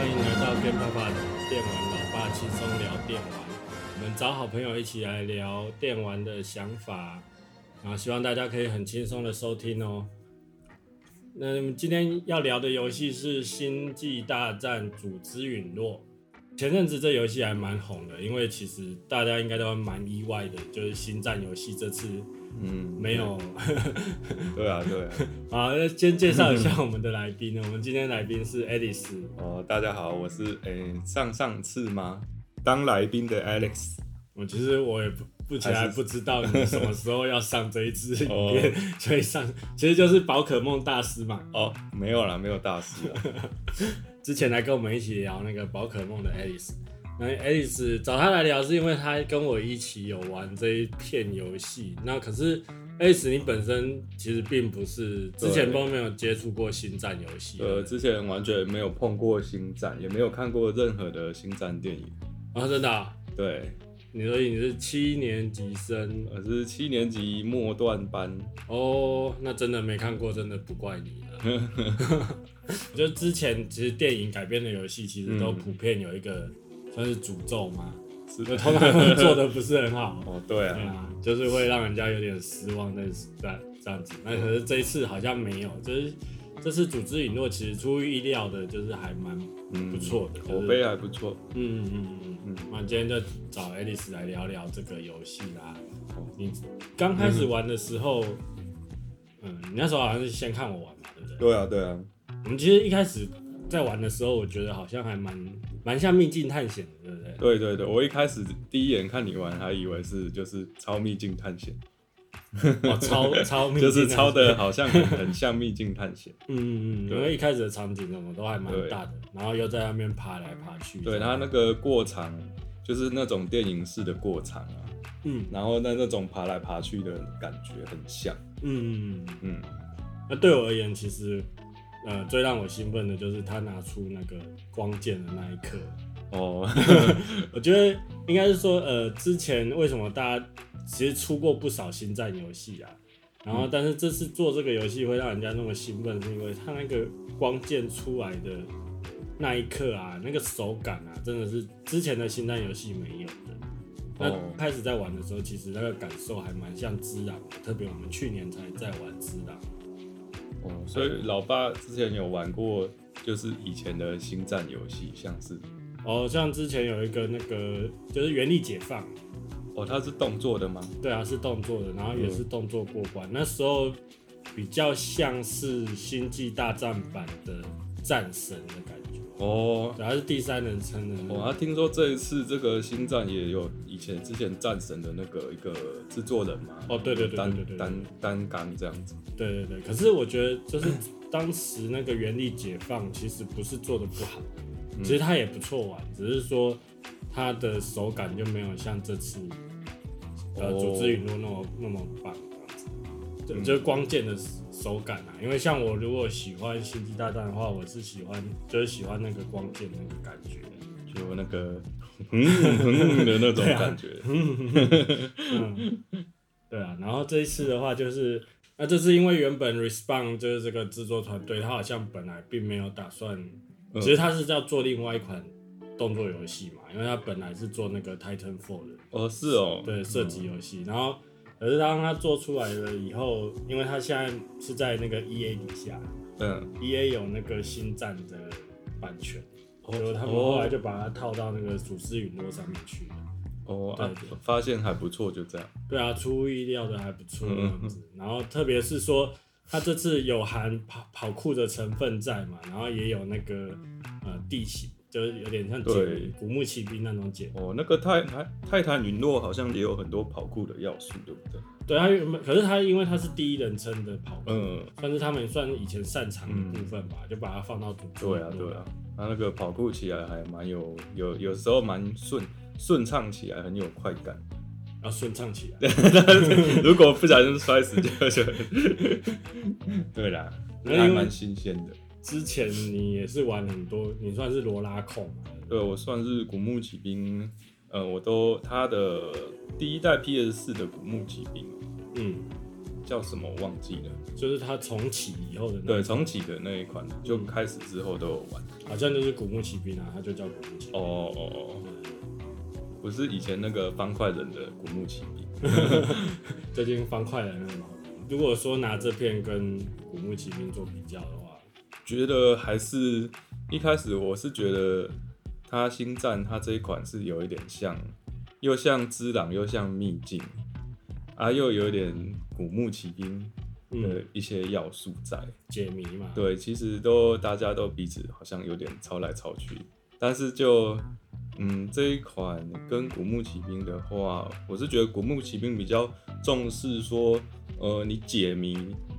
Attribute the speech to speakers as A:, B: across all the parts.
A: 跟爸爸电玩老爸轻松聊电玩，我们找好朋友一起来聊电玩的想法，然后希望大家可以很轻松的收听哦。那我们今天要聊的游戏是《星际大战：组织陨落》。前阵子这游戏还蛮红的，因为其实大家应该都蛮意外的，就是星战游戏这次
B: 嗯，
A: 没有。
B: 对啊，对啊。
A: 好，那先介绍一下我们的来宾呢。我们今天来宾是 Alice，
B: 哦，大家好，我是诶、上上次吗？当来宾的 Alex。
A: 我其实我也不不起来
B: 还是
A: 不知道你什么时候要上这一支影
B: 哦
A: 片，所以上其实就是宝可梦大师嘛。
B: 哦，没有啦，没有大师啊 啦。
A: 之前来跟我们一起聊那个宝可梦的 Alice，那 Alice 找他来聊是因为他跟我一起有玩这一片游戏。那可是 Alice 你本身其实并不是之前
B: 对
A: 都没有接触过星战游戏，
B: 呃，
A: 对
B: 之前完全没有碰过星战，也没有看过任何的星战电影。
A: 不对啊真的啊、
B: 对，
A: 你所以你是七年级生
B: 我是七年级末段班。
A: 哦，那真的没看过，真的不怪你了。我觉得之前其实电影改编的游戏，其实都普遍有一个算是诅咒嘛，
B: 是，
A: 就通常会做的不是很好
B: 哦，对
A: 对
B: 啊，
A: 啊，就是会让人家有点失望但是在这样子。那可是这一次好像没有，就是这次组织陨落其实出乎意料的，就是还蛮
B: 嗯
A: 不错的，
B: 口
A: 就是
B: 碑还不错。
A: 嗯嗯嗯嗯嗯，那今天就找 Alice 来聊聊这个游戏啦。你刚开始玩的时候，嗯，你那时候好像是先看我玩嘛，对不对？
B: 对啊，对啊，
A: 我们其实一开始在玩的时候，我觉得好像还蛮蛮像秘境探险的，对不对？
B: 对对对，我一开始第一眼看你玩，还以为是就是超秘境探险，
A: 哦，超超秘境，
B: 就是超的，好像很很像秘境探险。
A: 嗯嗯嗯，
B: 对
A: 因为一开始的场景什么都还蛮大的，然后又在那边爬来爬去，
B: 对它那个过场，就是那种电影式的过场啊，
A: 嗯
B: 然后那那种爬来爬去的感觉很像，
A: 嗯嗯嗯，
B: 嗯，
A: 那对我而言，其实呃最让我兴奋的就是他拿出那个光剑的那一刻，
B: 哦，
A: 我觉得应该是说，呃，之前为什么大家其实出过不少星战游戏啊，然后但是这次做这个游戏会让人家那么兴奋，是因为它那个光剑出来的那一刻啊，那个手感啊，真的是之前的星战游戏没有的。那
B: 哦
A: 开始在玩的时候，其实那个感受还蛮像《之狼》的，特别我们去年才在玩《之狼》。
B: 哦，所以老爸之前有玩过，就是以前的星战游戏，像是，
A: 哦，像之前有一个那个就是《原力解放》，
B: 哦，它是动作的吗？
A: 对啊，是动作的，然后也是动作过关。那时候比较像是《星际大战》版的战神的感觉，
B: 哦，
A: 主要是第三人称的。
B: 我、哦、啊、听说这一次这个星战也有以前之前战神的那个一个制作人嘛，
A: 哦对对对对对对对
B: 单单单杆这样子，
A: 对对对，可是我觉得就是当时那个原力解放其实不是做的不好，其实它也不错玩，只是说它的手感就没有像这次呃
B: 哦
A: 组织陨落那么那么棒这样子。对，就是光剑的手感啊，因为像我如果喜欢星际大战的话，我是喜欢就是喜欢那个光剑那个感觉。
B: 就那 个嗯嗯的那种
A: 啊
B: 感觉，
A: 嗯，对啊，然后这一次的话就是，那这次因为原本 Respawn 就是这个制作团队，他好像本来并没有打算，
B: 嗯
A: 其实他是要做另外一款动作游戏嘛，因为他本来是做那个 Titanfall 的，
B: 哦是哦，
A: 对射击游戏，然后可是当他做出来了以后，因为他现在是在那个 EA 底下
B: 嗯，
A: ，EA 有那个星战的版权，
B: 哦
A: 所以他们后来就把它套到那个组织陨落上面去了。
B: 哦，啊
A: 对，
B: 发现还不错，就这样。
A: 对啊，出乎意料的还不错
B: 嗯
A: 这样子。然后特别是说，它这次有含跑跑酷的成分在嘛，然后也有那个呃地形，就是有点像
B: 对
A: 解古墓奇兵那种解。
B: 哦，那个泰泰泰坦陨落好像也有很多跑酷的要素，对不对？
A: 对它原本可是它因为它是第一人称的跑酷，
B: 嗯，
A: 算是他们算以前擅长的部分吧，就把它放到主
B: 对啊，对啊，他那个跑酷起来还蛮有有有时候蛮顺顺畅起来，很有快 感。
A: 要顺畅起来。
B: 如果不小心摔死就就， 对啦，
A: 那
B: 还
A: 因为
B: 蛮新鲜的。
A: 之前你也是玩很多，你算是罗拉控嘛？
B: 对我算是古墓奇兵，呃，我都他的第一代 PS 四的古墓奇兵，
A: 嗯，
B: 叫什么我忘记了，
A: 就是它重启以后的那
B: 对，重启的那一款就开始之后都有玩。
A: 好像就是古墓奇兵啊，它就叫古墓奇兵。
B: 哦哦哦，不是以前那个方块人的古墓奇兵，
A: 最近方块人很好玩。如果说拿这片跟古墓奇兵做比较的话，
B: 觉得还是一开始我是觉得它星战它这一款是有一点像，又像之狼又像秘境，啊又有点古墓奇兵的一些要素在。
A: 解谜嘛，
B: 对，其实都大家都彼此好像有点抄来抄去，但是就嗯这一款跟古墓奇兵的话，我是觉得古墓奇兵比较重视说，呃，你解谜，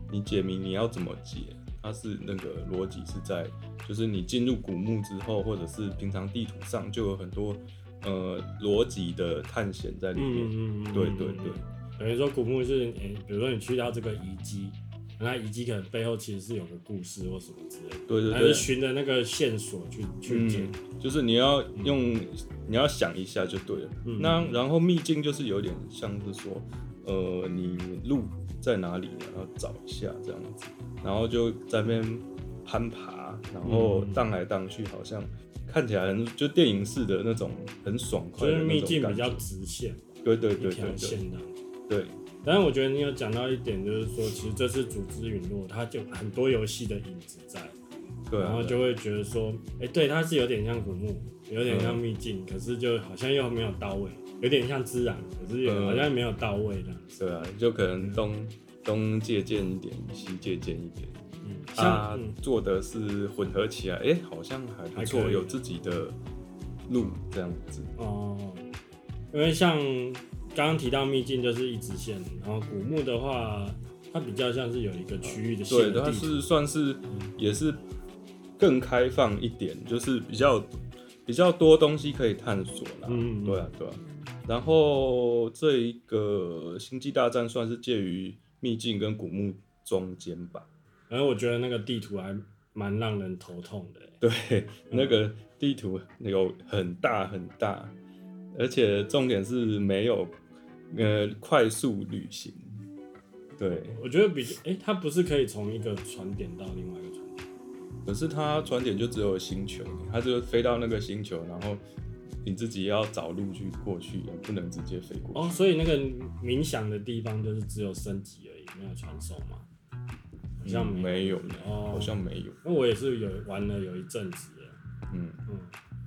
B: 你解谜你要怎么解，它是那个逻辑是在，就是你进入古墓之后，或者是平常地图上就有很多呃逻辑的探险在里面。
A: 嗯嗯嗯，
B: 对对对，
A: 等于说古墓是，诶、比如说你去到这个遗迹，那遗迹可能背后其实是有个故事或什么之类的，
B: 对对
A: 还是
B: 对，
A: 循着那个线索去去解。
B: 嗯，就是你要用，你要想一下就对了。
A: 嗯
B: 那然后秘境就是有点像是说，呃，你路在哪里，然后找一下这样子，然后就在那边攀爬，然后
A: 嗯
B: 荡来荡去，好像看起来很就电影式的那种很爽
A: 就
B: 快的
A: 是
B: 那
A: 秘
B: 种
A: 境
B: 感
A: 比较
B: 觉。
A: 直线，
B: 对对
A: 一
B: 对对
A: 条
B: 对
A: 线的。
B: 对，
A: 但是我觉得你有讲到一点，就是说，其实这次组织陨落，它就很多游戏的影子在，
B: 对啊，
A: 然后就会觉得说，哎、对，它是有点像古墓，有点像秘境，
B: 嗯
A: 可是就好像又没有到位，有点像自然，可是也
B: 嗯
A: 好像没有到位这样子。
B: 对啊，就可能东东借鉴一点，西借鉴一点。
A: 嗯，像、
B: 他
A: 嗯
B: 啊做的是混合起来，哎、好像还不
A: 还
B: 错，
A: 可以
B: 有自己的路这样子。
A: 哦，因为像刚刚提到秘境就是一直线，然后古墓的话，它比较像是有一个区域的
B: 对，
A: 线的
B: 它
A: 地图，
B: 是算是
A: 嗯
B: 也是更开放一点，就是比较比较多东西可以探索啦。
A: 嗯嗯嗯
B: 对啊，对啊。然后这一个《星际大战》算是介于秘境跟古墓中间吧。
A: 然后我觉得那个地图还蛮让人头痛的欸。
B: 对，那个地图有很大很大，而且重点是没有呃快速旅行。对，
A: 我觉得比哎、它不是可以从一个船点到另外一个船点，
B: 可是它船点就只有星球，它就飞到那个星球，然后你自己要找路去过去，也不能直接飞过去。
A: 哦，所以那个冥想的地方就是只有升级而已，没有传送嘛？好像
B: 嗯
A: 没有。
B: 没有呢，
A: 哦
B: 好像没有。
A: 那我也是有玩了有一阵子了，
B: 嗯，
A: 嗯，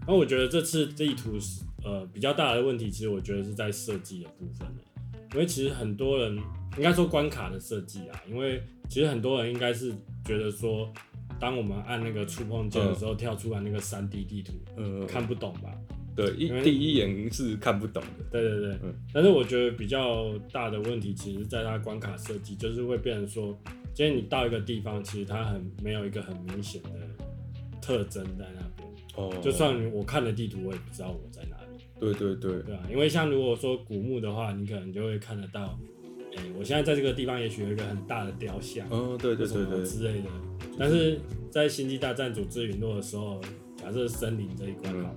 A: 那我觉得这次地图是呃比较大的问题，其实我觉得是在设计的部分欸因为其实很多人应该说关卡的设计啊，因为其实很多人应该是觉得说，当我们按那个触碰键的时候，跳出来那个3 D 地图
B: 呃，
A: 看不懂吧？
B: 对，一
A: 因为
B: 第一眼是看不懂的。
A: 对对对，
B: 嗯
A: 但是我觉得比较大的问题，其实在它关卡设计，就是会变成说，今天你到一个地方，其实它很没有一个很明显的特征在那边，
B: 哦，
A: 就算我看了地图，我也不知道我在哪里。
B: 对对对，
A: 对啊，因为像如果说古墓的话，你可能就会看得到，哎、我现在在这个地方也许有一个很大的雕像，
B: 哦，对对
A: 什
B: 对
A: 么
B: 对，
A: 之类的。但是在星际大战组织陨落的时候，假设森林这一关好了，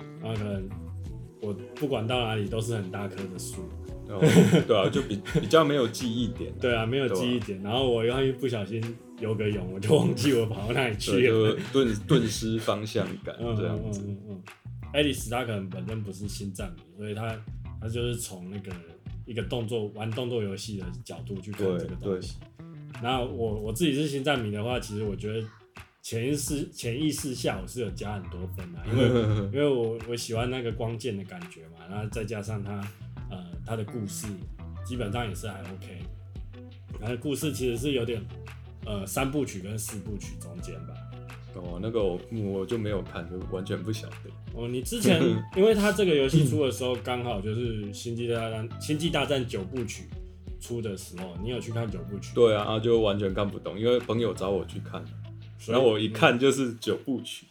B: 嗯
A: 然后可能我不管到哪里都是很大棵的树，
B: 哦对啊，就比比较没有记忆点啊。
A: 对啊，没有记忆点，然后我万一不小心游个泳，我就忘记我跑到哪里
B: 对，
A: 去了。
B: 就顿顿失方向感
A: 嗯
B: 这
A: 嗯
B: 样子。
A: 嗯嗯嗯，爱丽丝她可能本身不是新战迷，所以她她就是从那个一个动作玩动作游戏的角度去看
B: 对
A: 这个
B: 对
A: 东西。那我我自己是新战迷的话，其实我觉得潜意识潜意识下我是有加很多分啊，因为因 为我我喜欢那个光剑的感觉嘛，然后再加上它呃它的故事基本上也是还 OK，然后故事其实是有点呃三部曲跟四部曲中间吧，
B: 哦，那个我我就没有看，就完全不晓得。
A: 哦，你之 前因为它这个游戏出的时候，刚好就是《星际大战》《星际大战》九部曲出的时候，你有去看九部曲？，
B: 对啊，啊就完全看不懂，因为朋友找我去看，然后我一看就是九部曲，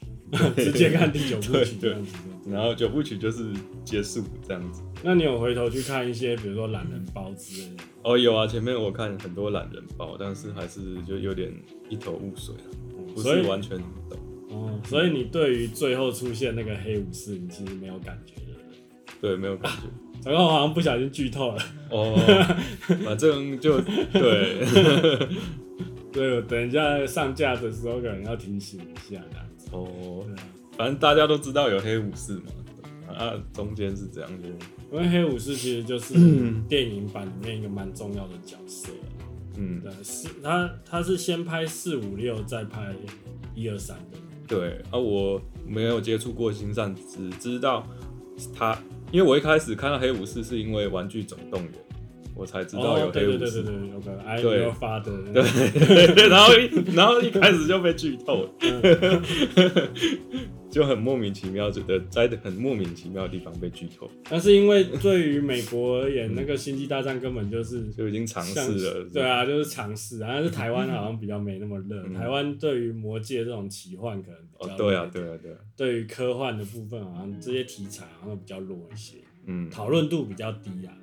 A: 直接看第九部
B: 对
A: 曲这
B: 对
A: 样子。
B: 然后九部曲就是结束这样子。
A: 那你有回头去看一些，比如说懒人包之类的？
B: 哦，有啊，前面我看很多懒人包，但是还是就有点一头雾水啊，不
A: 嗯所
B: 是
A: 以
B: 完全懂。
A: 哦，所以你对于最后出现那个黑武士，你其实没有感觉的。
B: 对，没有感觉。
A: 这然后好像不小心剧透了。
B: 哦，反正就对，
A: 对，我等一下上架的时候可能要提醒一下这样子。
B: 哦
A: 对，啊，
B: 反正大家都知道有黑武士嘛，啊，中间是这样就，
A: 因为黑武士其实就是电影版里面一个蛮重要的角色。
B: 嗯，
A: 对，是他他是先拍四五六，再拍一二三的。
B: 对啊，我没有接触过星战，只知道他，因为我一开始看到黑武士是因为《玩具总动员》，我才知道
A: 哦、
B: 有
A: 对
B: 黑
A: 对
B: 武
A: 对对
B: 士，
A: 对，哎有个 I
B: 对
A: L 发的那个。
B: 对，然后一然后一开始就被剧透了， 就很莫名其妙，觉得在很莫名其妙的地方被剧透，
A: 但是因为对于美国而言，那个《星际大战》根本就是
B: 就已经尝试
A: 像
B: 了，
A: 对啊，就是尝试啊。但是台湾好像比较没那么热，
B: 嗯
A: 台湾对于魔界这种奇幻可能比较
B: 哦
A: 热、，
B: 对啊，对啊，对啊，
A: 对于科幻的部分，好像这些题材好像比较弱一些，
B: 嗯，
A: 讨论度比较低啊。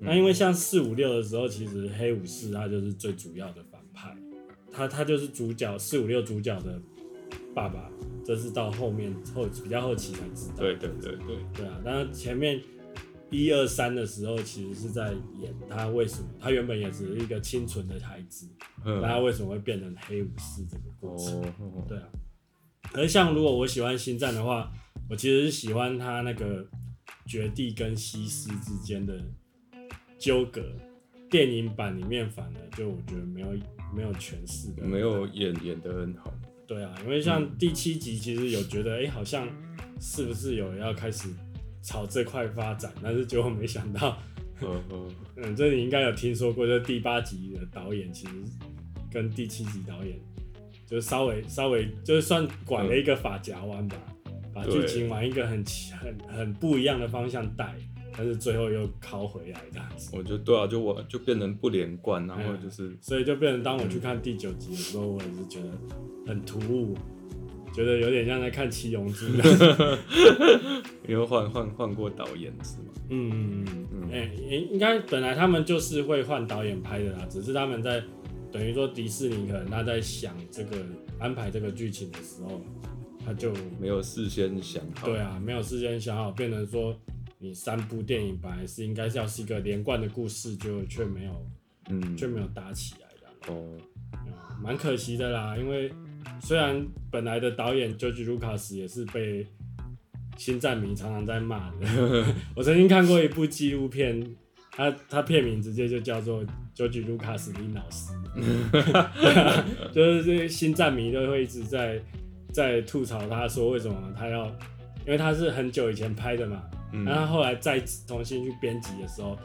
A: 那因为像四五六的时候，其实黑武士他就是最主要的反派，他他就是主角四五六主角的爸爸，这是到后面后比较后期才知道。
B: 对对对对，
A: 对啊，但是前面一二三的时候，其实是在演他为什么他原本也只是一个清纯的孩子，但他
B: 嗯，
A: 为什么会变成黑武士这个过程？
B: 哦，哦
A: 对啊，而像如果我喜欢星战的话，我其实是喜欢他那个绝地跟西斯之间的纠葛。电影版里面反而就我觉得没有没有诠释的，
B: 没有演演得很 好，
A: 对啊，因为像第七集其实有觉得，哎、好像是不是有要开始朝这块发展，但是结果没想到，
B: 嗯嗯，
A: 嗯，这你应该有听说过，就第八集的导演其实跟第七集导演就是稍微稍微就是算拐了一个发夹弯吧，把
B: 对
A: 剧情往一个很奇很很不一样的方向带，但是最后又靠回来这样子，
B: 我就对啊，就我就变成不连贯，然后
A: 嗯
B: 就是
A: 所以就变成当我去看第九集的时候，我也是觉得很突兀，觉得有点像在看《七龙珠》。
B: 因为换换换过导演是吗？
A: 嗯，嗯嗯，哎、应应该本来他们就是会换导演拍的啦，只是他们在等于说迪士尼可能他在想这个安排这个剧情的时候，他就
B: 没有事先想好，
A: 对啊，没有事先想好，变成说你三部电影本来是应该是要是一个连贯的故事，就却没有
B: 嗯，
A: 却没有搭起来的，
B: 哦，
A: 嗯蛮、可惜的啦。因为虽然本来的导演 George Lucas 也是被星战迷常常在骂的， 我曾经看过一部纪录片，它它片名直接就叫做《George Lucas 林老师》， 就是这些星战迷都会一直在在吐槽他说为什么他要，因为他是很久以前拍的嘛，
B: 嗯
A: 然后他后来再重新去编辑的时候，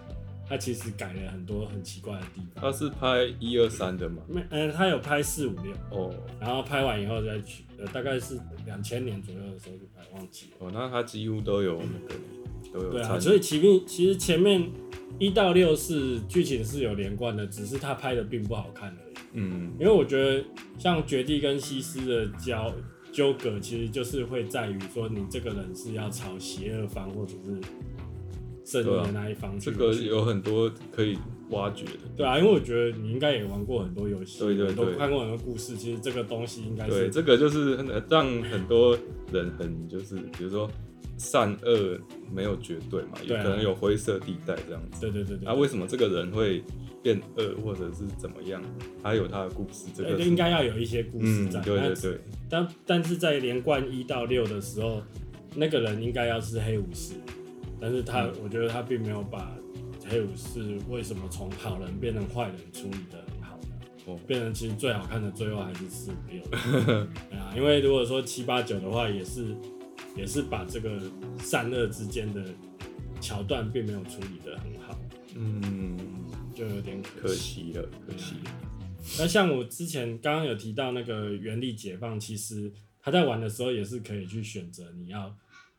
A: 他其实改了很多很奇怪的地方。
B: 他是拍一二三的嘛，
A: 没，嗯，他有拍四五六，
B: 哦
A: 然后拍完以后再去，呃，大概是两千年左右的时候就拍，忘记了。
B: 哦，那他几乎都有那个都有
A: 对
B: 参
A: 啊，
B: 与
A: 所以骑兵其实前面一到六是剧情是有连贯的，只是他拍的并不好看而已。
B: 嗯
A: 因为我觉得像绝地跟西斯的交纠葛，其实就是会在于说你这个人是要朝邪恶方或者是正义的那一方去
B: 啊这
A: 走。
B: 个有很多可以挖掘的，
A: 对啊，因为我觉得你应该也玩过很多游戏，
B: 对对对
A: 都看过很多故事，其实这个东西应该
B: 对，
A: 是
B: 这个就是很让很多人很就是，比如说善恶没有绝对嘛，有
A: 对啊
B: 可能有灰色地带这样子。
A: 对对对对
B: 啊，为什么这个人会变恶，或者是怎么样？他有他的故事，这
A: 对
B: 个
A: 就是应该要有一些故事
B: 嗯，
A: 在。
B: 对对
A: 那
B: 对，
A: 但但是在连贯一到六的时候，那个人应该要是黑武士，但是他、我觉得他并没有把黑武士为什么从好人变成坏人处理的很好，
B: 哦，
A: 变成其实最好看的最后还是四五六，对啊，因为如果说七八九的话，也是也是把这个善恶之间的桥段并没有处理的很好，
B: 嗯，
A: 就有点可
B: 可
A: 惜。
B: 惜了，可
A: 嗯
B: 惜了，
A: 那像我之前刚刚有提到那个原力解放，其实他在玩的时候也是可以去选择你要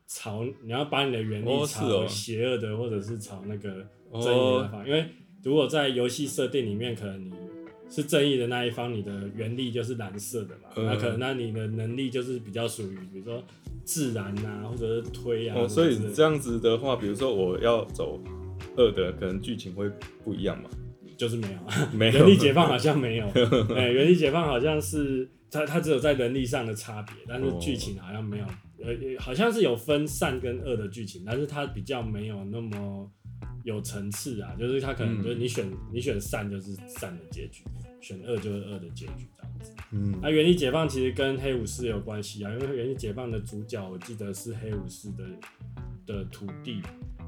A: 朝你要把你的原力
B: 哦是哦
A: 朝邪恶的，或者是朝那个
B: 哦
A: 正义的那方，因为如果在游戏设定里面，可能你是正义的那一方，你的原力就是蓝色的嘛，
B: 嗯
A: 那可能那你的能力就是比较属于比如说自然啊，或者是推啊，
B: 哦，所
A: 或者
B: 以
A: 是
B: 这样子的话，比如说我要走恶的，可能剧情会不一样嘛？
A: 就是没有。
B: 没有
A: 人力解放好像没 有，哎、人力解放好像是它它只有在人力上的差别，但是
B: 哦
A: 剧情好像没有，呃呃，好像是有分善跟恶的剧情，但是它比较没有那么有层次啊，就是它可能
B: 嗯
A: 就是你选、你选善就是善的结局，选恶就是恶的结局这样子。
B: 嗯
A: 啊那、原力解放其实跟黑武士也有关系啊，因为原力解放的主角我记得是黑武士的的徒弟，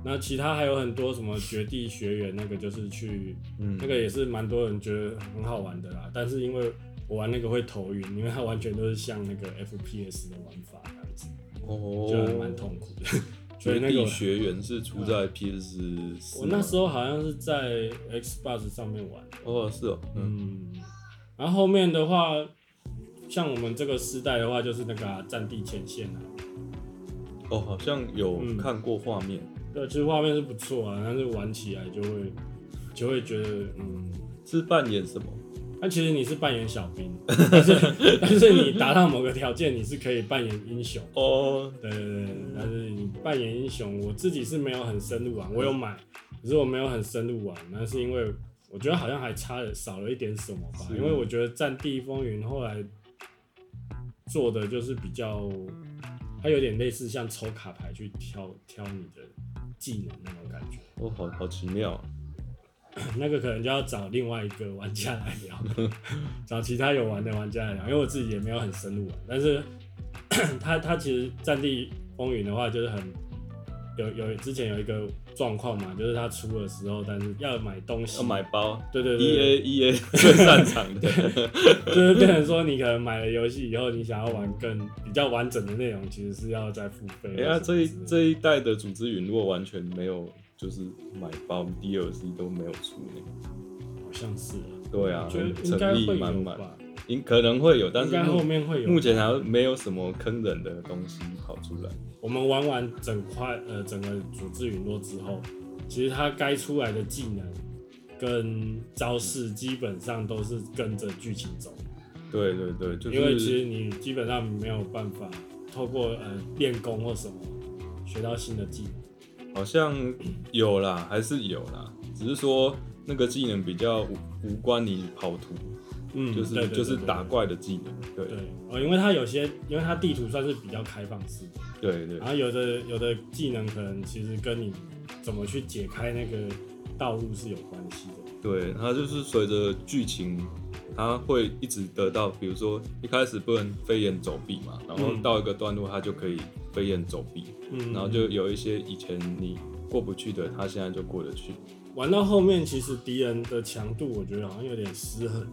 A: 那其他还有很多什么绝地学员，那个就是去
B: 嗯
A: 那个也是蛮多人觉得很好玩的啦，但是因为我玩那个会头晕，因为它完全都是像那个 FPS 的玩法这样子，就还蛮
B: 哦，
A: 痛苦的。 所以
B: 绝
A: 那个
B: 地
A: 我
B: 学员是出在 PS，
A: 我那时
B: 候
A: 候好像是在 Xbox 上面玩，
B: 哦是哦，嗯
A: 嗯，然后后面的话，像我们这个时代的话，就是那个啊、战地前线》啊，
B: 哦好像有
A: 嗯
B: 看过画面，
A: 对，其实画面是不错啊，但是玩起来就会就会觉得，嗯，
B: 是扮演什么？
A: 那其实你是扮演小兵， 但是但是你达到某个条件，你是可以扮演英雄。
B: 哦，
A: 对对对，但是你扮演英雄，我自己是没有很深入玩，我有买，可是我没有很深入玩，那是因为我觉得好像还差了少了一点什么吧，
B: 是
A: 因为我觉得《战地风云》后来做的就是比较，它有点类似像抽卡牌去挑挑你的技能那种感觉，
B: 哦好好奇妙啊，
A: 那个可能就要找另外一个玩家来聊， 找其他有玩的玩家来聊，因为我自己也没有很深入玩。但是 他他其实《战地风云》的话，就是很有有之前有一个状况嘛，就是他出的时候，但是要买东西，
B: 要买包。
A: 对对
B: E
A: 对，
B: A E A 最擅长的，
A: 就是变成说你可能买了游戏以后，你想要玩更比较完整的内容，其实是要再付费。
B: 哎呀，这一这一代的组织云如果完全没有就是买包 DLC 都没有出呢，
A: 好像是啊，
B: 对啊，
A: 我觉得应该
B: 诚
A: 会
B: 意满
A: 有
B: 满，
A: 吧，
B: 应可能会有，但
A: 应
B: 是
A: 该
B: 目
A: 后面会有吧。
B: 目前还没有什么坑人的东西跑出来。
A: 我们玩完整块呃整个组织陨落之后，其实它该出来的技能跟招式基本上都是跟着剧情走，
B: 对对对，就是
A: 因为其实你基本上没有办法透过呃练功或什么学到新的技能。
B: 好像有啦，还是有啦，只是说那个技能比较无无关你跑图，
A: 嗯
B: 就是
A: 对对对
B: 就是
A: 对
B: 打怪的技能。对
A: 对呃，因为它有些因为它地图算是比较开放式的，
B: 对对
A: 然，后有的有的技能可能其实跟你怎么去解开那个道路是有关系的。
B: 对，它就是随着剧情，它会一直得到，比如说一开始不能飞檐走壁嘛，然后
A: 嗯
B: 到一个段落它就可以飞檐走壁，
A: 嗯，
B: 然后就有一些以前你过不去的，它现在就过得去。
A: 玩到后面，其实敌人的强度我觉得好像有点失衡，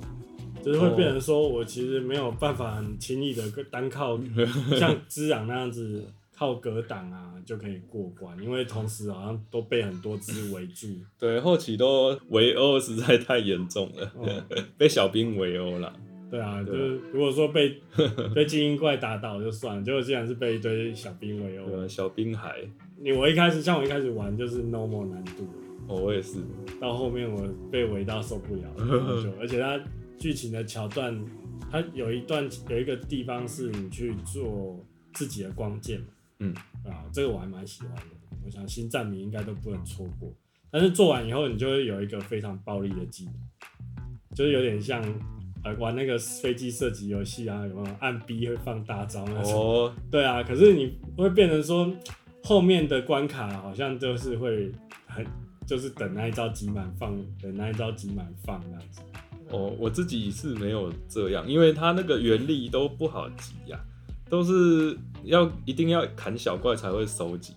A: 就是会变成说我其实没有办法很轻易的单靠 像滋养那样子靠格挡啊就可以过关，因为同时好像都被很多只围 住。
B: 对，后期都围殴实在太严重了，
A: 哦
B: 被小兵围殴啦。
A: 对啊，就
B: 对啊
A: 是如果说被 被精英怪打倒就算了，结果竟然是被一堆小兵围
B: 对
A: 殴。
B: 啊，小兵海，
A: 你我一开始像我一开始玩就是 normal 难度，
B: 哦，我也是，
A: 到后面我被围到受不了，然后就而且它剧情的桥段，它有一段有一个地方是你去做自己的光剑嘛，
B: 嗯，
A: 啊，这个我还蛮喜欢的，我想新战迷应该都不能错过。但是做完以后，你就会有一个非常暴力的技能，就是有点像呃玩那个飞机射击游戏啊，有没有按 B 会放大招那种？
B: 哦，
A: 对啊，可是你会变成说，后面的关卡好像就是会很，就是等那一招集满放，等那一招集满放那样子。
B: 哦，我自己是没有这样，因为他那个原力都不好集呀、都是要一定要砍小怪才会收集，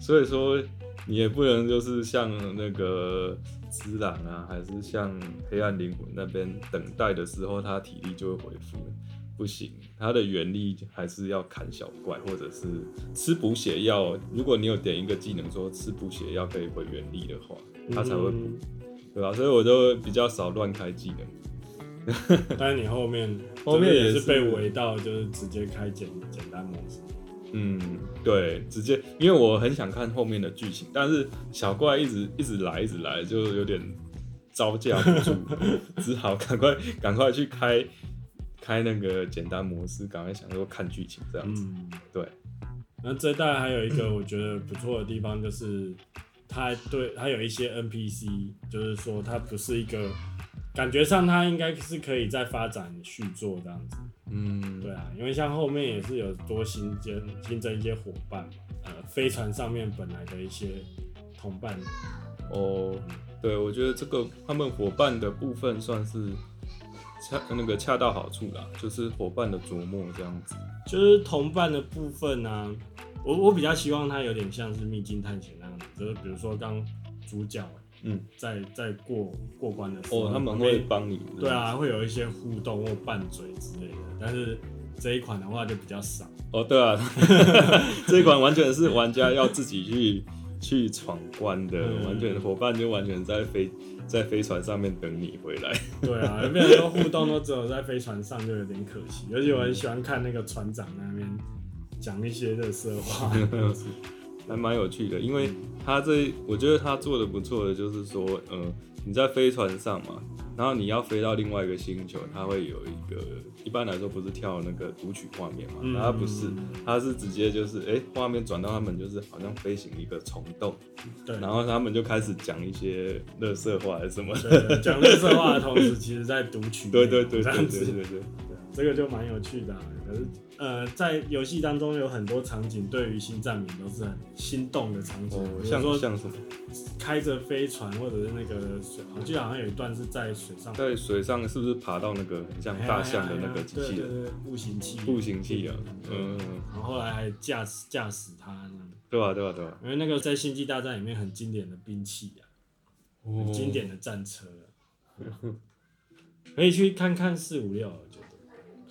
B: 所以说你也不能就是像那个之狼啊，还是像黑暗灵魂那边等待的时候，他体力就会恢复了。不行，他的原力还是要砍小怪，或者是吃补血药。如果你有点一个技能说吃补血药可以回原力的话，他才会补
A: 嗯
B: 对吧、啊所以我就比较少乱开技能。
A: 但是你后面
B: 后面
A: 也
B: 也
A: 是
B: 是
A: 被围到，就是直接开简简单模式。
B: 嗯，对，直接，因为我很想看后面的剧情，但是小怪一直一直来，一直来，就有点招架不住，只好赶快赶快去开开那个简单模式，赶快想说看剧情这样子。
A: 嗯，
B: 对，
A: 那这代还有一个我觉得不错的地方就是，它对它有一些 NPC，就是说它不是一个。感觉上，它应该是可以再发展续作这样子。
B: 嗯，
A: 对啊，因为像后面也是有多新增新增一些伙伴嘛，呃，飞船上面本来的一些同伴，
B: 哦，对，我觉得这个他们伙伴的部分算是恰那个恰到好处啦，就是伙伴的琢磨这样子。
A: 就是同伴的部分呢、啊，我我比较希望它有点像是秘境探险那样子，就是比如说当主角
B: 嗯，
A: 在在过过关的时候，
B: 哦，他们
A: 旁
B: 会
A: 边
B: 帮你。
A: 对，啊，会有一些互动或拌嘴之类的，但是这一款的话就比较少。
B: 哦，对啊， 这一款完全是玩家要自己去去闯关的，
A: 嗯
B: 完全伙伴就完全在飞在飞船上面等你回来。
A: 对啊，变成说互动都只有在飞船上，就有点可惜。而且我很喜欢看那个船长那边讲一些热色话，
B: 还蛮有趣的，因为他这我觉得他做的不错的就是说，呃，你在飞船上嘛，然后你要飞到另外一个星球，它会有一个一般来说不是跳那个读取画面嘛，
A: 嗯
B: 它不是，它是直接就是哎画、面转到他们就是好像飞行一个虫洞，
A: 对，
B: 然后他们就开始讲一些乐色话还是什么的，
A: 对讲热色话的同时，其实在读取内
B: 对
A: 容，
B: 对对
A: 这
B: 对
A: 样
B: 对
A: 子
B: 对，对对，
A: 对啊这个就蛮有趣的啊、可是，呃，在游戏当中有很多场景，对于新战民都是很心动的场景，
B: 哦，
A: 比如
B: 像
A: 说
B: 像什么
A: 开着飞船，或者是那个水，我记得好像有一段是在水上
B: 在水上是不是爬到那个很像大象的那个机器
A: 哎呀哎呀哎呀
B: 人
A: 对对对步行器，
B: 步行器啊，嗯，
A: 然后后来还驾驶驾驶它那样，
B: 对吧对吧啊对吧，
A: 因为那个在《星际大战》里面很经典的兵器啊，很
B: 嗯
A: 经典的战车啊、可以去看看四五六，我觉得，
B: 哦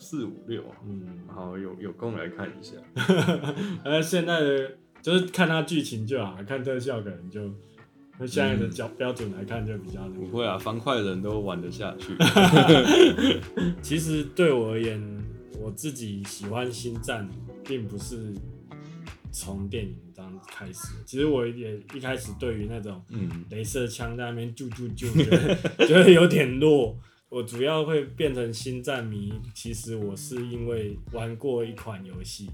B: 四五六啊。
A: 嗯，
B: 好，有有空来看一下。
A: 呃，现在的就是看它剧情就好，看特效可能就那现在的标标准来看就比较那
B: 不
A: 个。
B: 会啊，方块人都玩得下去。
A: 其实对我而言，我自己喜欢《星战》，并不是从电影当开始的。其实我也一开始对于那种
B: 嗯，
A: 镭射枪在那边啾啾啾，觉得 觉得有点弱。我主要会变成星战迷，其实我是因为玩过一款游戏，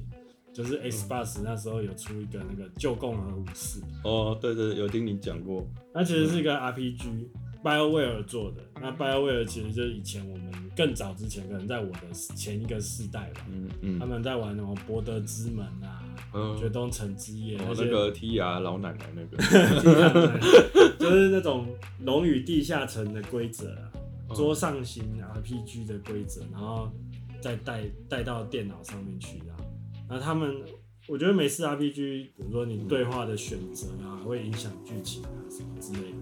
A: 就是
B: 嗯
A: Xbox 那时候有出一个那个《旧共和武士》，
B: 哦，对对，有听你讲过。
A: 它其
B: 嗯
A: 实是一个 RPG，BioWare 做的。那 BioWare 其实就是以前我们更早之前，可能在我的前一个世代吧，
B: 嗯
A: 他
B: 嗯，
A: 们在玩什么《博德之门》啊，《决
B: 嗯，
A: 东城之夜》
B: 哦
A: 那，些
B: 那个剔牙老奶奶那个，
A: 就是那种《龙与地下城》的规则啊，
B: 嗯
A: 桌上型 RPG 的规则，然后再带带到电脑上面去啊。那他们，我觉得每次 RPG，比如说你对话的选择啊，会影响剧情啊什么之类的。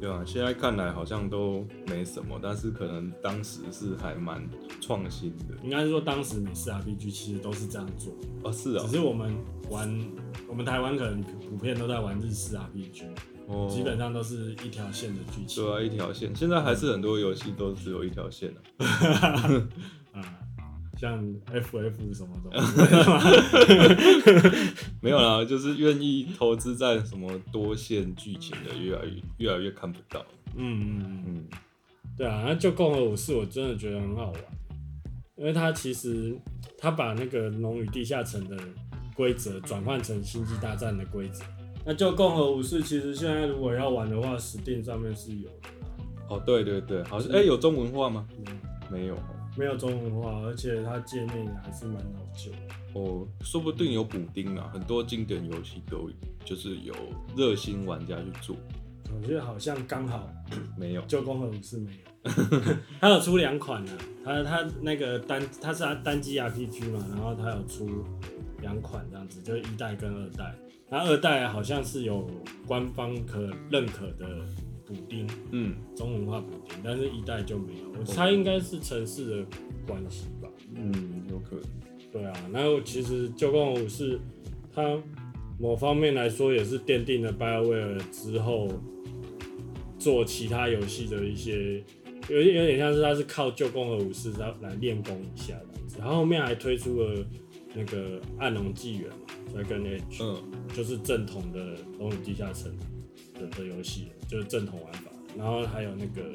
B: 对啊，现在看来好像都没什么，但是可能当时是还蛮创新的。
A: 应该是说当时每次 RPG 其实都是这样做，
B: 哦，是啊
A: 只，是我们玩，我们台湾可能普遍都在玩日式 RPG，、
B: 哦，
A: 基本上都是一条线的剧情。
B: 对啊，一条线。现在还是很多游戏都只有一条线的。
A: 啊，像 FF 什 么的，
B: 没有啦，就是愿意投资在什么多线剧情的，越来越越来越看不到。
A: 嗯嗯嗯，
B: 嗯，
A: 对啊，那就共和武士我真的觉得很好玩，因为它其实它把那个龙与地下城的规则转换成星际大战的规则。那就共和武士其实现在如果要玩的话，Steam 上面是有的啊，
B: 哦，对对对，好像哎、有中文化吗？没有哦
A: 没有中文化，而且它界面也还是蛮老旧的。
B: 哦，说不定有补丁啊，很多经典游戏都就是有热心玩家去做，
A: 我觉得好像刚好
B: 没有
A: 旧公和武士没有， 它有出两款啊，它它那个单它是单机 RPG 嘛，然后它有出两款这样子，就是一代跟二代。那二代好像是有官方可认可的补丁，
B: 嗯，
A: 中文化补丁，但是一代就没有。我猜应该是城市的关系吧。
B: 嗯，有可能，
A: 对啊，那我其实旧共和武士，它某方面来说也是奠定了 BioWare 之后做其他游戏的一些，有有点像是它是靠旧共和武士来来练功一下这样子，然后后面还推出了那个暗龙纪元嘛，Dragon Age，、
B: 嗯，
A: 就是正统的龙与地下城的的游戏，就是正统玩法，然后还有那个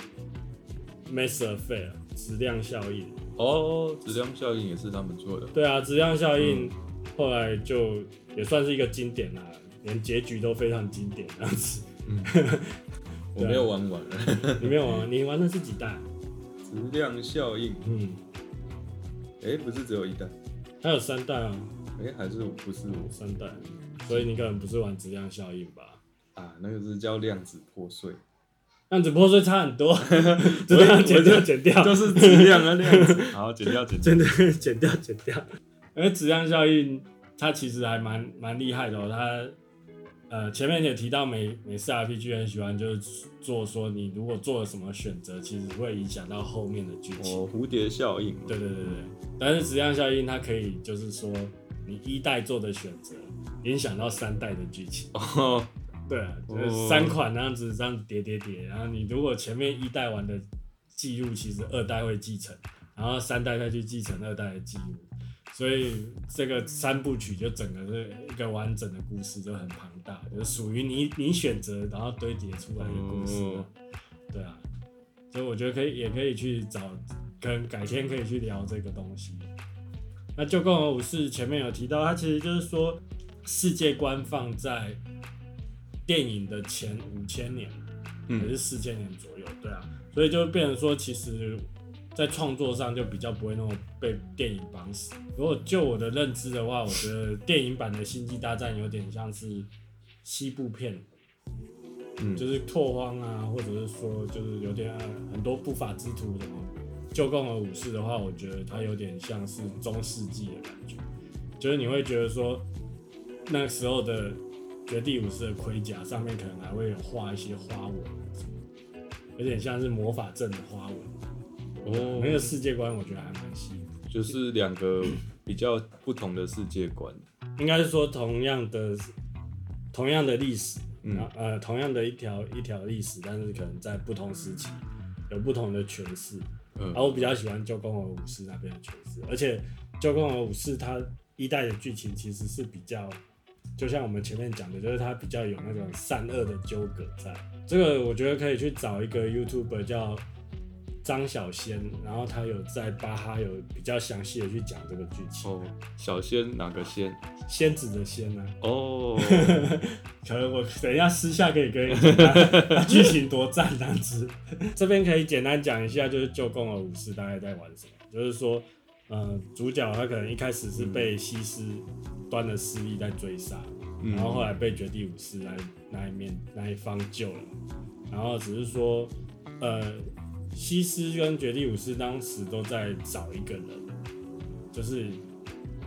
A: Mass Effect 质量效应。
B: 哦，质量效应也是他们做的，
A: 对啊，质量效
B: 嗯
A: 应后来就也算是一个经典啦、连结局都非常经典这样 子。
B: 我没有玩完，
A: 你没有玩？你玩的是几代啊？
B: 质量效应，
A: 嗯，
B: 哎、不是只有一代，
A: 还有三代啊，
B: 哎、还是不是我，
A: 三代，所以你可能不是玩质量效应吧？
B: 啊，那个是叫量子破碎，
A: 量子破碎差很 多，这段剪掉剪掉，
B: 就是质量啊，量子。好，剪掉， 剪掉
A: 真。的 剪掉剪掉。而质量效应它其实还蛮蛮厉害的哦，它呃前面也提到美美式 RPG 很喜欢就是做说你如果做了什么选择，其实会影响到后面的剧情。
B: 哦，蝴蝶效应。
A: 对对对对，但是质量效应它可以就是说你一代做的选择影响到三代的剧情。
B: 哦，
A: 对啊，就
B: 哦
A: 是三款那样子这样子叠叠叠，然后你如果前面一代玩的记录，其实二代会继承，然后三代再去继承二代的记录，所以这个三部曲就整个是一个完整的故事，就很庞大，就是属于你你选择然后堆叠出来的故事啊、
B: 哦
A: 对啊，所以我觉得可以也可以去找，可能改天可以去聊这个东西。那就共和武士前面有提到，它其实就是说世界观放在电影的前五千年，还
B: 嗯
A: 是四千年左右，对啊，所以就变成说，其实，在创作上就比较不会那么被电影绑死。如果就我的认知的话，我觉得电影版的《星际大战》有点像是西部片，
B: 嗯，
A: 就是拓荒啊，或者是说就是有点、呃很多不法之徒什么。旧共和武士的话，我觉得它有点像是中世纪的感觉，就是你会觉得说那时候的绝地武士的盔甲上面可能还会有画一些花纹，有点像是魔法阵的花纹。
B: 哦
A: 那个世界观我觉得还蛮吸引，
B: 就是两个比较不同的世界观。
A: 应该是说同样的同样的历史，
B: 嗯
A: 然后呃同样的一条一条历史，但是可能在不同时期有不同的诠释。
B: 嗯
A: 然后我比较喜欢旧共和武士那边的诠释，而且旧共和武士它一代的剧情其实是比较，就像我们前面讲的，就是它比较有那种善恶的纠葛在。这个我觉得可以去找一个 YouTuber 叫张小仙，然后他有在巴哈有比较详细的去讲这个剧情，
B: 哦，小仙哪个仙？
A: 仙子的仙啊呢、
B: 哦，
A: 可能我等一下私下可以跟你讲他剧情多赞这样子。这边可以简单讲一下，就是《旧共和武士》大概在玩什么，就是说，呃，主角他可能一开始是被西施端的势力在追杀，
B: 嗯
A: 然后后来被绝地武士那那一面那一方救了，然后只是说，呃，西施跟绝地武士当时都在找一个人，就是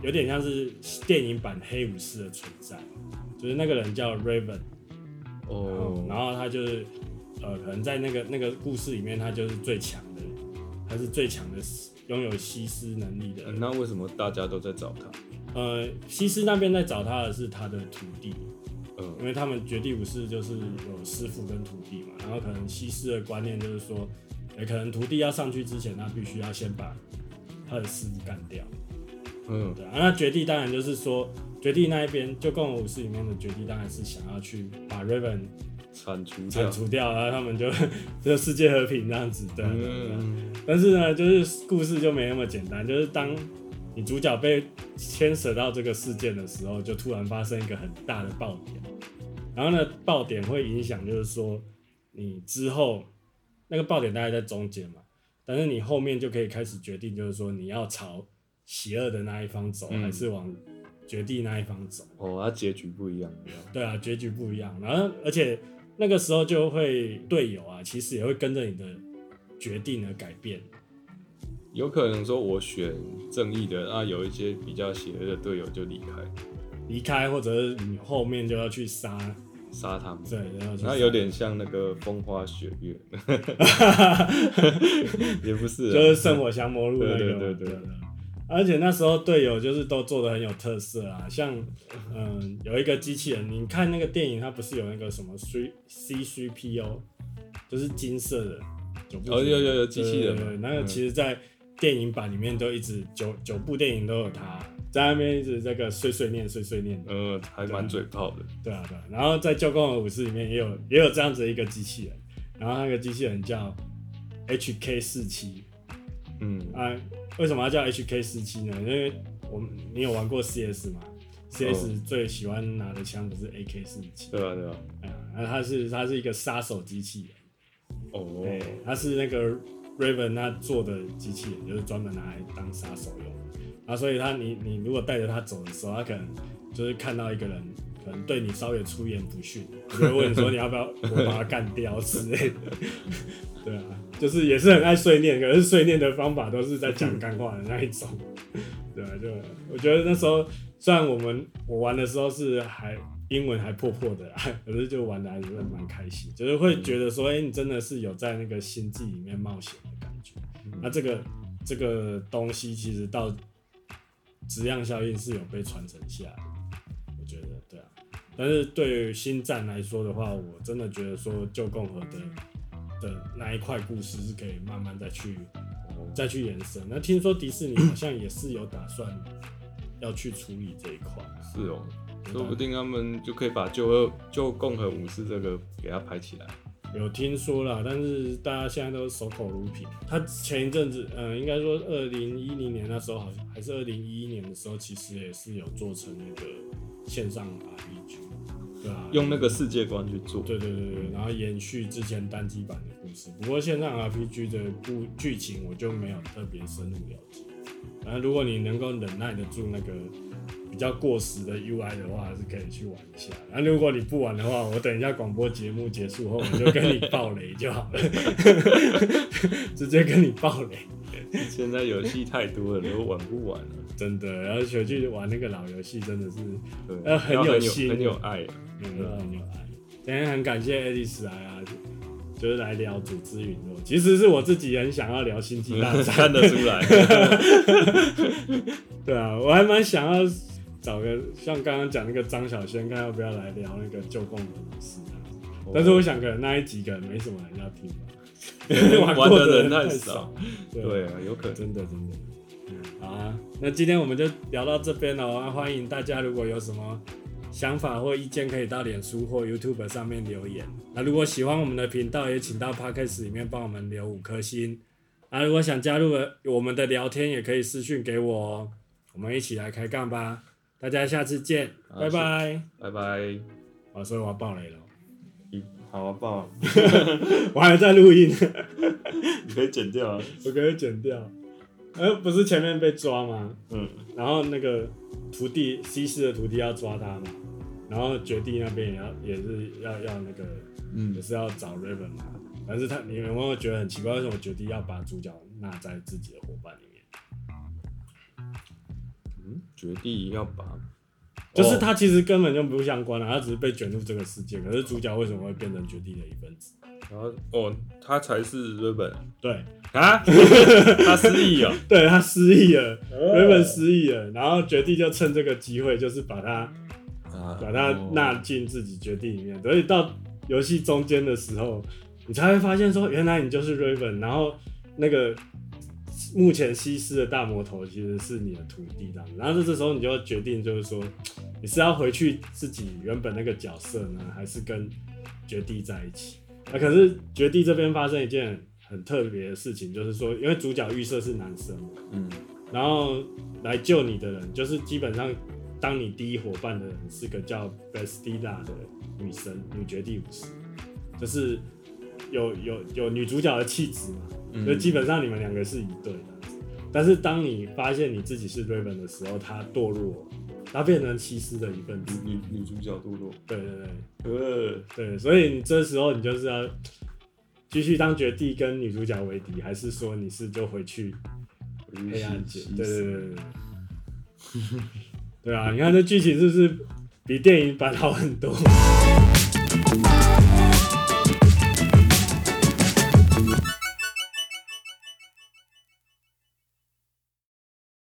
A: 有点像是电影版黑武士的存在，就是那个人叫 Raven，然
B: 哦，
A: 后他就是呃，可能在那个那个故事里面，他就是最强的，他是最强的，拥有吸尸能力的人。
B: 那为什么大家都在找他？
A: 呃，西施那边在找他的是他的徒弟，因
B: 嗯
A: 为他们绝地武士就是有师傅跟徒弟嘛，然后可能西施的观念就是说，诶，可能徒弟要上去之前，他必须要先把他的师傅干掉。
B: 嗯
A: 对啊，那绝地当然就是说，绝地那一边就共和武士里面的绝地当然是想要去把 Raven
B: 铲除掉
A: 铲。除掉，然后他们就 就世界和平这样子，对啊、对啊对啊
B: 嗯，
A: 但是呢，就是故事就没那么简单，就是当你主角被牵扯到这个事件的时候，就突然发生一个很大的爆点，然后呢，爆点会影响，就是说你之后那个爆点大概在中间嘛，但是你后面就可以开始决定，就是说你要朝邪恶的那一方走，
B: 嗯
A: 还是往绝地那一方走。
B: 哦，它结局不一样。
A: 对啊，结局不一样。然后，而且那个时候就会队友啊，其实也会跟着你的决定而改变。
B: 有可能说我选正义的，那有一些比较邪恶的队友就离开，
A: 离开，或者是你后面就要去杀，
B: 杀他们。
A: 对，然后去杀
B: 那有点像那个风花雪 月，也不是啊，
A: 就是圣火降魔录那个嘛，
B: 对对对对
A: 对啊而且那时候队友就是都做的很有特色啊，像嗯、有一个机器人，你看那个电影，它不是有那个什么 C C C P O，就是金色的九部
B: 哦有有有
A: 对
B: 机器人
A: 对
B: 嘛嗯
A: 对，那个其实，在电影版里面都一直九九部电影都有它，在那边一直这个碎碎念碎碎念的，
B: 呃，还蛮嘴炮的。
A: 对啊对啊。然后在《旧共和武士》里面也有也有这样子一个机器人，然后那个机器人叫 H K 四七。
B: 嗯，
A: 啊，为什么要叫 HK 四七呢？因为我们你有玩过 CS 吗？CS 最喜欢拿的枪不是 AK 四七，
B: 对啊，对啊。
A: 哎呀，那它是它是一个杀手机器人，
B: 哦，
A: 对，它是那个 Raven 他做的机器人，就是专门拿来当杀手用的。啊，所以他你你如果带着他走的时候，他可能就是看到一个人，可可能对你稍微出言不逊，就会问你说你要不 要我把他干掉之类的。 对啊，就是也是很爱碎念，可是碎念的方法都是在讲干话的那一种。 对啊，就我觉得那时候虽然我们我玩的时候是还英文还破破的啦，可是就玩的还是蛮开心，就是会觉得说，哎、你真的是有在那个星际里面冒险的感觉。那这个这个东西其实到质量效应是有被传承下来的，我觉得对啊。但是对于星战来说的话，我真的觉得说旧共和的的那一块故事是可以慢慢再去再去延伸。那听说迪士尼好像也是有打算要去处理这一块，啊
B: 是哦，说不定他们就可以把旧二旧共和武士这个给它拍起来。
A: 有听说啦，但是大家现在都守口如瓶。他前一阵子，嗯、应该说二零一零年那时候，好像还是二零一一年的时候，其实也是有做成那个线上 RPG，对啊，
B: 用那个世界观去做，
A: 对对对对，然后延续之前单机版的故事。不过线上 RPG 的故剧情我就没有特别深入了解。然后如果你能够忍耐得住那个比较过时的 UI 的话，还是可以去玩一下。然后如果你不玩的话，我等一下广播节目结束后，我就跟你爆雷就好了， 直接跟你爆雷。
B: 现在游戏太多了，都玩不完了。
A: 真的，然后学去玩那个老游戏，真的是
B: 对，
A: 呃很
B: 要
A: 有
B: 很
A: 心
B: 很有爱啊。
A: 有有很有爱。嗯今天很感谢 Alice 来啊，就是来聊组织陨落。其实是我自己很想要聊星际 大战，
B: 看得 出来，
A: 对啊，我还蛮想要找个像刚刚讲那个张小轩，看要不要来聊那个旧共的故事啊。
B: 哦
A: 但 是我想可能那一集可能没什么人要听吧， 因 为
B: 玩
A: 过
B: 的
A: 的
B: 人太
A: 少
B: 少。
A: 对
B: 对啊，有可能。
A: 真的真的。好啊，那今天我们就聊到这边了、哦，那欢迎大家如果有什么想法或意见，可以到脸书或 YouTube 上面留言。那如果喜欢我们的频道，也请到 Podcast 里面帮我们留五颗星。啊，如果想加入我们的聊天，也可以私讯给我哦。我们一起来开杠吧，大家下次见，
B: 好
A: 拜拜。
B: 拜拜。
A: 啊，所以我要爆雷了，
B: 嗯，好啊，棒，
A: 我还在录音，
B: 你可以剪掉啊。
A: 我给它剪掉。呃，不是前面被抓吗？
B: 嗯，
A: 然后那个徒弟西施的徒弟要抓他嘛，然后绝地那边也要也是要要那个，
B: 嗯
A: 也是要找 Raven 嘛。但是他你们有没有觉得很奇怪？为什么绝地要把主角纳在自己的伙伴里面？
B: 嗯，绝地要把，
A: 就是他其实根本就不相关啊了、他只是被卷入这个世界。可是主角为什么会变成绝地的一份子？
B: 哦，然后哦，他才是日本
A: 对，
B: 啊， 他失忆哦。
A: 对他失忆了，Raven 失忆了，然后绝地就趁这个机会，就是把他
B: 啊
A: 把它纳进自己决定里面。所以到游戏中间的时候，你才会发现说，原来你就是 Raven，然后那个目前西施的大魔头其实是你的徒弟这样子。然后这时候你就要决定，就是说你是要回去自己原本那个角色呢，还是跟绝地在一起？啊，可是绝地这边发生一件很特别的事情，就是说，因为主角预设是男生嘛，
B: 嗯，
A: 然后来救你的人，就是基本上当你第一伙伴的人是个叫 Bastida 的女神，女绝地武士，就是有有有女主角的气质嘛，
B: 嗯
A: 所以基本上你们两个是一对的。但是当你发现你自己是 Raven 的时候，她堕落，她变成西施的一份子。
B: 女女主角堕落，
A: 对对对，
B: 呃，
A: 对，所以你这时候你就是要继续当绝地跟女主角为敌，还是说你是就回去黑
B: 啊
A: 暗界，对对对对对， 对啊，你看这剧情是不是比电影版好很多？